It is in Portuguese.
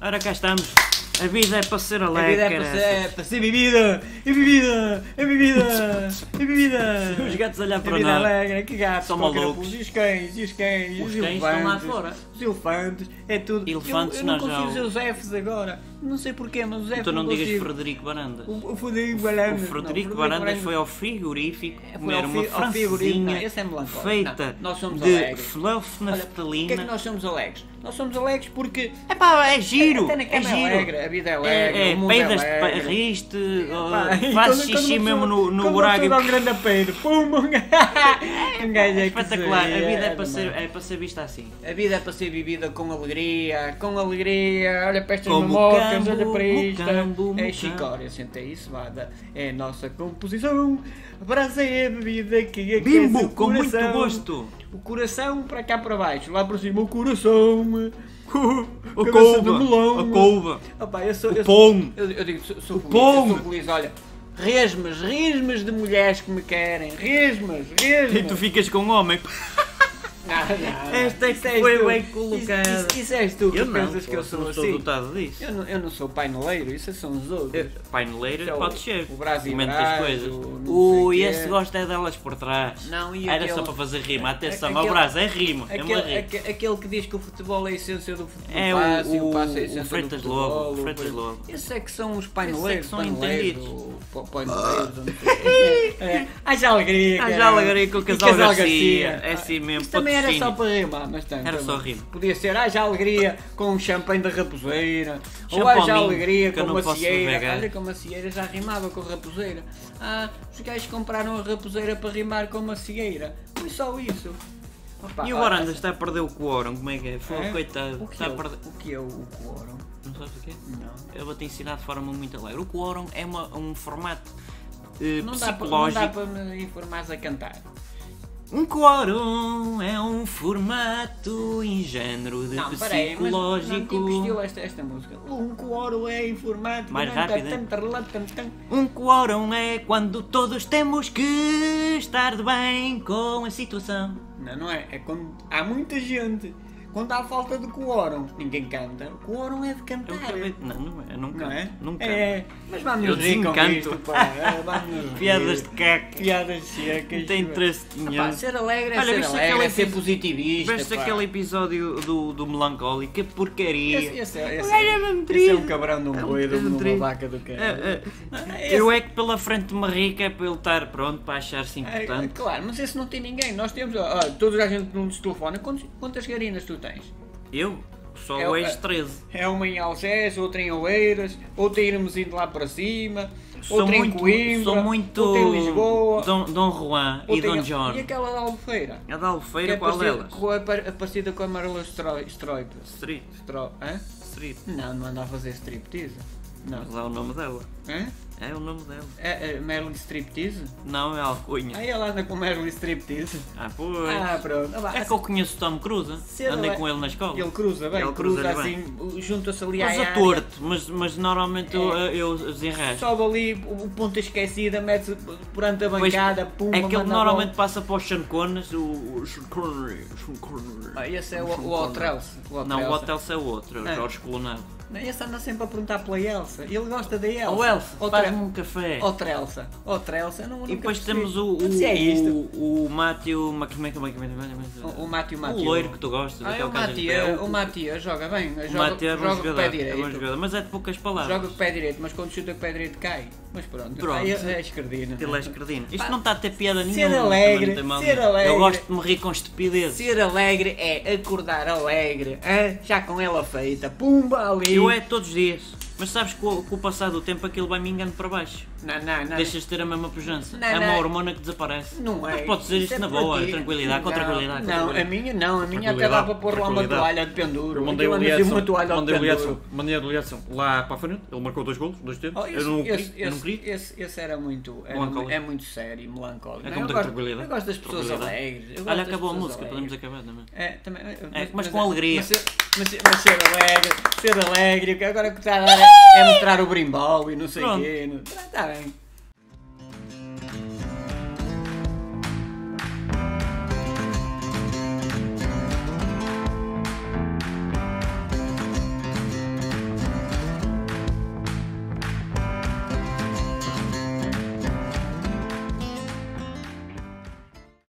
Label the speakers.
Speaker 1: Ora cá estamos. A vida é para ser
Speaker 2: A
Speaker 1: alegre.
Speaker 2: vida é para
Speaker 1: caraças.
Speaker 2: ser, para ser vivida, é vivida, é vivida, é vivida.
Speaker 1: Os gatos a olhar
Speaker 2: A
Speaker 1: para
Speaker 2: vida é
Speaker 1: nós.
Speaker 2: alegre, que gatos,
Speaker 1: São
Speaker 2: com carapulos,
Speaker 1: malucos.
Speaker 2: E os cães, e os cães, e
Speaker 1: Os
Speaker 2: os,
Speaker 1: cães
Speaker 2: elefantes.
Speaker 1: estão lá fora.
Speaker 2: Os elefantes, é tudo.
Speaker 1: Elefantes
Speaker 2: eu, eu não
Speaker 1: nós já
Speaker 2: consigo
Speaker 1: o-
Speaker 2: dizer os Fs agora. Não sei porquê, mas os Fs
Speaker 1: Tu não
Speaker 2: consigo.
Speaker 1: digas Frederico Barandas.
Speaker 2: é O, o Frederico
Speaker 1: O
Speaker 2: Barandas. não,
Speaker 1: Frederico Barandas foi ao frigorífico
Speaker 2: Foi ao
Speaker 1: comer uma
Speaker 2: fi- ao frigorífico, não,
Speaker 1: francesinha
Speaker 2: esse é melancólico.
Speaker 1: feita
Speaker 2: Não, nós somos
Speaker 1: de
Speaker 2: alegres. Olha,
Speaker 1: flafnaftalina.
Speaker 2: Porquê é que é nós somos alegres? Nós somos alegres porque
Speaker 1: É pá, é giro!
Speaker 2: Até na
Speaker 1: É
Speaker 2: cama é
Speaker 1: giro!
Speaker 2: alegre, a vida é alegre,
Speaker 1: É,
Speaker 2: o
Speaker 1: é
Speaker 2: mundo é
Speaker 1: peidas de pa-
Speaker 2: alegre. É
Speaker 1: riste,
Speaker 2: Pá,
Speaker 1: uh,
Speaker 2: e
Speaker 1: faz
Speaker 2: quando- quando
Speaker 1: xixi
Speaker 2: uma
Speaker 1: mesmo
Speaker 2: pessoa-
Speaker 1: no, no
Speaker 2: quando
Speaker 1: buraco.
Speaker 2: Uma pessoa dá um grande apeido, pum, um gajo. Um gajo é que
Speaker 1: Espetacular, a
Speaker 2: se ria,
Speaker 1: vida é para,
Speaker 2: demais.
Speaker 1: ser, é para ser vista assim.
Speaker 2: A vida é para ser vivida com alegria, com alegria. Olha para estas
Speaker 1: Com
Speaker 2: mamocas,
Speaker 1: mucambo,
Speaker 2: olha para isto.
Speaker 1: mucambo,
Speaker 2: É
Speaker 1: mucambo.
Speaker 2: chicória, senta isso, vada. É a nossa composição. Brasa é a bebida que aquece
Speaker 1: Bimbo,
Speaker 2: o
Speaker 1: com muito
Speaker 2: coração.
Speaker 1: gosto!
Speaker 2: O coração para cá para baixo, lá para cima o coração.
Speaker 1: A
Speaker 2: O
Speaker 1: couve, a couve,
Speaker 2: Opa, eu sou,
Speaker 1: O
Speaker 2: eu
Speaker 1: pão.
Speaker 2: Sou, eu, eu digo, sou, sou feliz,
Speaker 1: pão.
Speaker 2: eu sou feliz, olha. Resmas, resmas de mulheres que me querem, resmas, resmas.
Speaker 1: e tu ficas com um homem.
Speaker 2: Nada, nada.
Speaker 1: Esta é que
Speaker 2: Isso és
Speaker 1: foi
Speaker 2: tu.
Speaker 1: bem
Speaker 2: Isso-
Speaker 1: colocada.
Speaker 2: Isso, isso és tu que
Speaker 1: Eu não,
Speaker 2: pensas que eu sou
Speaker 1: não estou
Speaker 2: assim.
Speaker 1: dotado disso.
Speaker 2: Eu não, eu não sou paineleiro, isso é são os outros.
Speaker 1: Paineleira
Speaker 2: Então,
Speaker 1: pode ser.
Speaker 2: o Brasil
Speaker 1: Comenta as
Speaker 2: Brasil,
Speaker 1: coisas.
Speaker 2: não sei
Speaker 1: Ui,
Speaker 2: quê.
Speaker 1: esse gosta é delas por trás.
Speaker 2: Não, e
Speaker 1: Era
Speaker 2: aquele-
Speaker 1: só para fazer rima. Atenção,
Speaker 2: aquele-
Speaker 1: o Brás é rima. É uma
Speaker 2: Aquele,
Speaker 1: rima.
Speaker 2: aque- aquele que diz que o futebol é a essência do futebol.
Speaker 1: É o-
Speaker 2: passe,
Speaker 1: o-
Speaker 2: passe é a
Speaker 1: o
Speaker 2: essência do
Speaker 1: Freitas
Speaker 2: futebol,
Speaker 1: Lobo, o
Speaker 2: o-
Speaker 1: Freitas Lobo.
Speaker 2: Esses é que são os paineleiros.
Speaker 1: Esses é que são
Speaker 2: paineleiros,
Speaker 1: entendidos.
Speaker 2: o pa- paineleiros, não sei. É, Haja alegria.
Speaker 1: Ah, já
Speaker 2: caralho.
Speaker 1: alegria com o
Speaker 2: E
Speaker 1: casal,
Speaker 2: Casal
Speaker 1: Garcia.
Speaker 2: Garcia.
Speaker 1: É assim mesmo.
Speaker 2: Isto também era
Speaker 1: patrocínio.
Speaker 2: só para rimar, mas tanto.
Speaker 1: Era só
Speaker 2: também.
Speaker 1: rima.
Speaker 2: Podia ser haja alegria com um champanhe da raposeira. Ou
Speaker 1: Champanhe,
Speaker 2: haja alegria
Speaker 1: que eu
Speaker 2: com
Speaker 1: não
Speaker 2: uma
Speaker 1: posso beber,
Speaker 2: cieira. Olha
Speaker 1: gajo.
Speaker 2: com a macieira já rimava com raposeira. Ah, os gajos compraram a raposeira para rimar com macieira. Foi só isso. Opa,
Speaker 1: E o
Speaker 2: olha,
Speaker 1: Barandas está a perder o quórum. Como é que é? Foi
Speaker 2: é?
Speaker 1: coitado.
Speaker 2: O que,
Speaker 1: Está
Speaker 2: é,
Speaker 1: a
Speaker 2: o-
Speaker 1: perder. Tipo
Speaker 2: o que é o quórum?
Speaker 1: Não sabes o quê?
Speaker 2: Não.
Speaker 1: Eu vou te ensinar de forma muito alegre. O quórum é uma- um formato eh,
Speaker 2: Não dá, para, não
Speaker 1: psicológico.
Speaker 2: dá para me informares a cantar.
Speaker 1: Um quórum é um formato em género de
Speaker 2: Não, peraí, mas não
Speaker 1: psicológico.
Speaker 2: te investiu esta, esta música. Um quórum é informático.
Speaker 1: Mais
Speaker 2: não, tá,
Speaker 1: rápido, hein?
Speaker 2: tam, taralá, tam, tam.
Speaker 1: Um quórum é quando todos temos que estar de bem com a situação.
Speaker 2: Não, não é. É quando há muita gente. Quando há falta de quórum, ninguém canta. O quórum é de
Speaker 1: Eu
Speaker 2: cantar.
Speaker 1: acabei... um Não, não é. Não
Speaker 2: Não
Speaker 1: canto,
Speaker 2: é?
Speaker 1: Não canto.
Speaker 2: É, mas
Speaker 1: Eu
Speaker 2: vamos rir com
Speaker 1: desencanto.
Speaker 2: isto, pá. É, vamos rir.
Speaker 1: Piadas de caca.
Speaker 2: Piadas secas.
Speaker 1: Não tem interesse nenhum.
Speaker 2: Pá, ser alegre é
Speaker 1: Olha,
Speaker 2: ser
Speaker 1: viste
Speaker 2: alegre,
Speaker 1: aquele
Speaker 2: é ser
Speaker 1: epi-
Speaker 2: positivista,
Speaker 1: Veste
Speaker 2: pá.
Speaker 1: aquele episódio do, do melancólico, que porcaria.
Speaker 2: Esse, esse, é-
Speaker 1: O
Speaker 2: esse,
Speaker 1: gajo
Speaker 2: é-
Speaker 1: é mesmo
Speaker 2: esse é
Speaker 1: triste.
Speaker 2: um cabrão de um
Speaker 1: É um
Speaker 2: boi, de
Speaker 1: mesmo
Speaker 2: uma
Speaker 1: triste.
Speaker 2: vaca do caralho.
Speaker 1: É, é.
Speaker 2: Esse-
Speaker 1: Eu é que pela frente de uma rica é para ele estar pronto para achar-se
Speaker 2: É,
Speaker 1: importante.
Speaker 2: claro, mas esse não tem ninguém. Nós temos, ó, ó, toda a gente nos telefona. Quantos- quantas garinas tu tens?
Speaker 1: Eu? Só
Speaker 2: É,
Speaker 1: o
Speaker 2: é.
Speaker 1: ex-13.
Speaker 2: É uma em Algés, outra em Oeiras, outra em Hermesinde lá para cima,
Speaker 1: Sou
Speaker 2: outra em
Speaker 1: muito,
Speaker 2: Coimbra,
Speaker 1: sou muito
Speaker 2: outra em Lisboa,
Speaker 1: Dom, Dom Juan e
Speaker 2: outra em-
Speaker 1: Dom John.
Speaker 2: E aquela da Albufeira?
Speaker 1: A da
Speaker 2: é Que
Speaker 1: Albufeira,
Speaker 2: é
Speaker 1: qual
Speaker 2: parecida,
Speaker 1: delas?
Speaker 2: com a par- a parecida com a Marla Stroi- Stroip.
Speaker 1: Street,
Speaker 2: Stro- hã?
Speaker 1: Street.
Speaker 2: Não, não anda a fazer striptease. Não.
Speaker 1: Mas é o nome dela.
Speaker 2: Hã?
Speaker 1: É o nome dela.
Speaker 2: É, é Marilyn Striptease?
Speaker 1: Não é alcunha.
Speaker 2: Aí ela anda com Marilyn Striptease.
Speaker 1: Ah, pois.
Speaker 2: Ah, pronto. Ah, vá,
Speaker 1: é que eu conheço o Tom Cruise.
Speaker 2: Cedo,
Speaker 1: Andei
Speaker 2: é.
Speaker 1: com ele na escola.
Speaker 2: Ele cruza bem,
Speaker 1: Ele
Speaker 2: cruza,
Speaker 1: cruza-lhe
Speaker 2: assim, junta-se ali à
Speaker 1: Mas a é.
Speaker 2: área. É.
Speaker 1: torto, mas, mas normalmente eu, eu desenrasco.
Speaker 2: Sobe ali o ponto é esquecida, mete-se perante a
Speaker 1: Pois,
Speaker 2: bancada, pum,
Speaker 1: é que ele
Speaker 2: manda a
Speaker 1: normalmente passa para os Sean Connery, o, o Sean Connery, o Sean Connery.
Speaker 2: bola. Ah, esse é o,
Speaker 1: Sean
Speaker 2: o
Speaker 1: Connery.
Speaker 2: Otrelse.
Speaker 1: Não, o Hotels é outro, é
Speaker 2: Ah.
Speaker 1: o Jorge Colonado.
Speaker 2: Não, Esse anda sempre a perguntar pela Elsa. Ele gosta da Elsa.
Speaker 1: O Elf,
Speaker 2: Outra-
Speaker 1: faz-me um café.
Speaker 2: Otrelsa. Otrelsa. Não,
Speaker 1: E depois temos o, o,
Speaker 2: Se é isto.
Speaker 1: o, o Matthew... Como é que- como é que- como é que- como é que-
Speaker 2: O, o Matthew
Speaker 1: O
Speaker 2: Matthew.
Speaker 1: loiro que tu gostas,
Speaker 2: Ah, é
Speaker 1: aquele
Speaker 2: o
Speaker 1: que às vezes
Speaker 2: Matia.
Speaker 1: pega-
Speaker 2: O Matia joga bem.
Speaker 1: O
Speaker 2: Joga,
Speaker 1: Matheus é
Speaker 2: joga
Speaker 1: um
Speaker 2: com o
Speaker 1: jogador,
Speaker 2: pé
Speaker 1: é bom
Speaker 2: direito.
Speaker 1: jogador, mas é de poucas palavras.
Speaker 2: Joga com o pé direito, mas quando chuta com o pé direito cai. Mas pronto.
Speaker 1: Pronto.
Speaker 2: Ah, é, é esquerdina.
Speaker 1: Ele é escredino. Isto não está a ter piada nenhuma.
Speaker 2: Ser
Speaker 1: também
Speaker 2: alegre,
Speaker 1: não tem mal
Speaker 2: ser
Speaker 1: nenhum. Eu
Speaker 2: alegre.
Speaker 1: gosto de me rir com estupidez.
Speaker 2: Ser alegre é acordar alegre, hã? já com ela feita, pumba ali.
Speaker 1: Eu é todos os dias. Mas sabes que com com o passar do tempo aquilo vai me enganando para baixo.
Speaker 2: Não, não, não.
Speaker 1: Deixas de ter a mesma pujança.
Speaker 2: Não,
Speaker 1: é uma
Speaker 2: não.
Speaker 1: hormona que desaparece.
Speaker 2: Não é.
Speaker 1: Mas podes dizer isto
Speaker 2: é
Speaker 1: na boa,
Speaker 2: para ti.
Speaker 1: tranquilidade, com
Speaker 2: Não,
Speaker 1: tranquilidade. com
Speaker 2: Não, a
Speaker 1: tranquilidade.
Speaker 2: minha não, a minha até dá para pôr lá uma
Speaker 1: Tranquilidade.
Speaker 2: toalha de penduro.
Speaker 1: Eu mandei o
Speaker 2: Aquilo anda-se
Speaker 1: Liedson,
Speaker 2: uma toalha de
Speaker 1: mandei o Liedson,
Speaker 2: penduro.
Speaker 1: mandei o Liedson lá para a frente, ele marcou dois golos, dois tempos,
Speaker 2: Oh, esse,
Speaker 1: eu não o
Speaker 2: esse,
Speaker 1: queria, eu não
Speaker 2: esse-
Speaker 1: queria.
Speaker 2: esse- esse era muito, era,
Speaker 1: Melancólico.
Speaker 2: mu- é muito sério, melancólico.
Speaker 1: É
Speaker 2: Não,
Speaker 1: como
Speaker 2: eu,
Speaker 1: tem
Speaker 2: gosto,
Speaker 1: tranquilidade.
Speaker 2: eu gosto das pessoas
Speaker 1: Tranquilidade.
Speaker 2: alegres. eu gosto
Speaker 1: Olha,
Speaker 2: das
Speaker 1: acabou a
Speaker 2: pessoas
Speaker 1: música,
Speaker 2: alegres.
Speaker 1: podemos acabar também.
Speaker 2: É, também, eu-
Speaker 1: mas com alegria.
Speaker 2: Mas, ser- mas ser- mas ser alegre, tá ser alegre, o que agora o que está a dar é, é mostrar o brimbal e não sei o
Speaker 1: Pronto.
Speaker 2: quê. Está bem.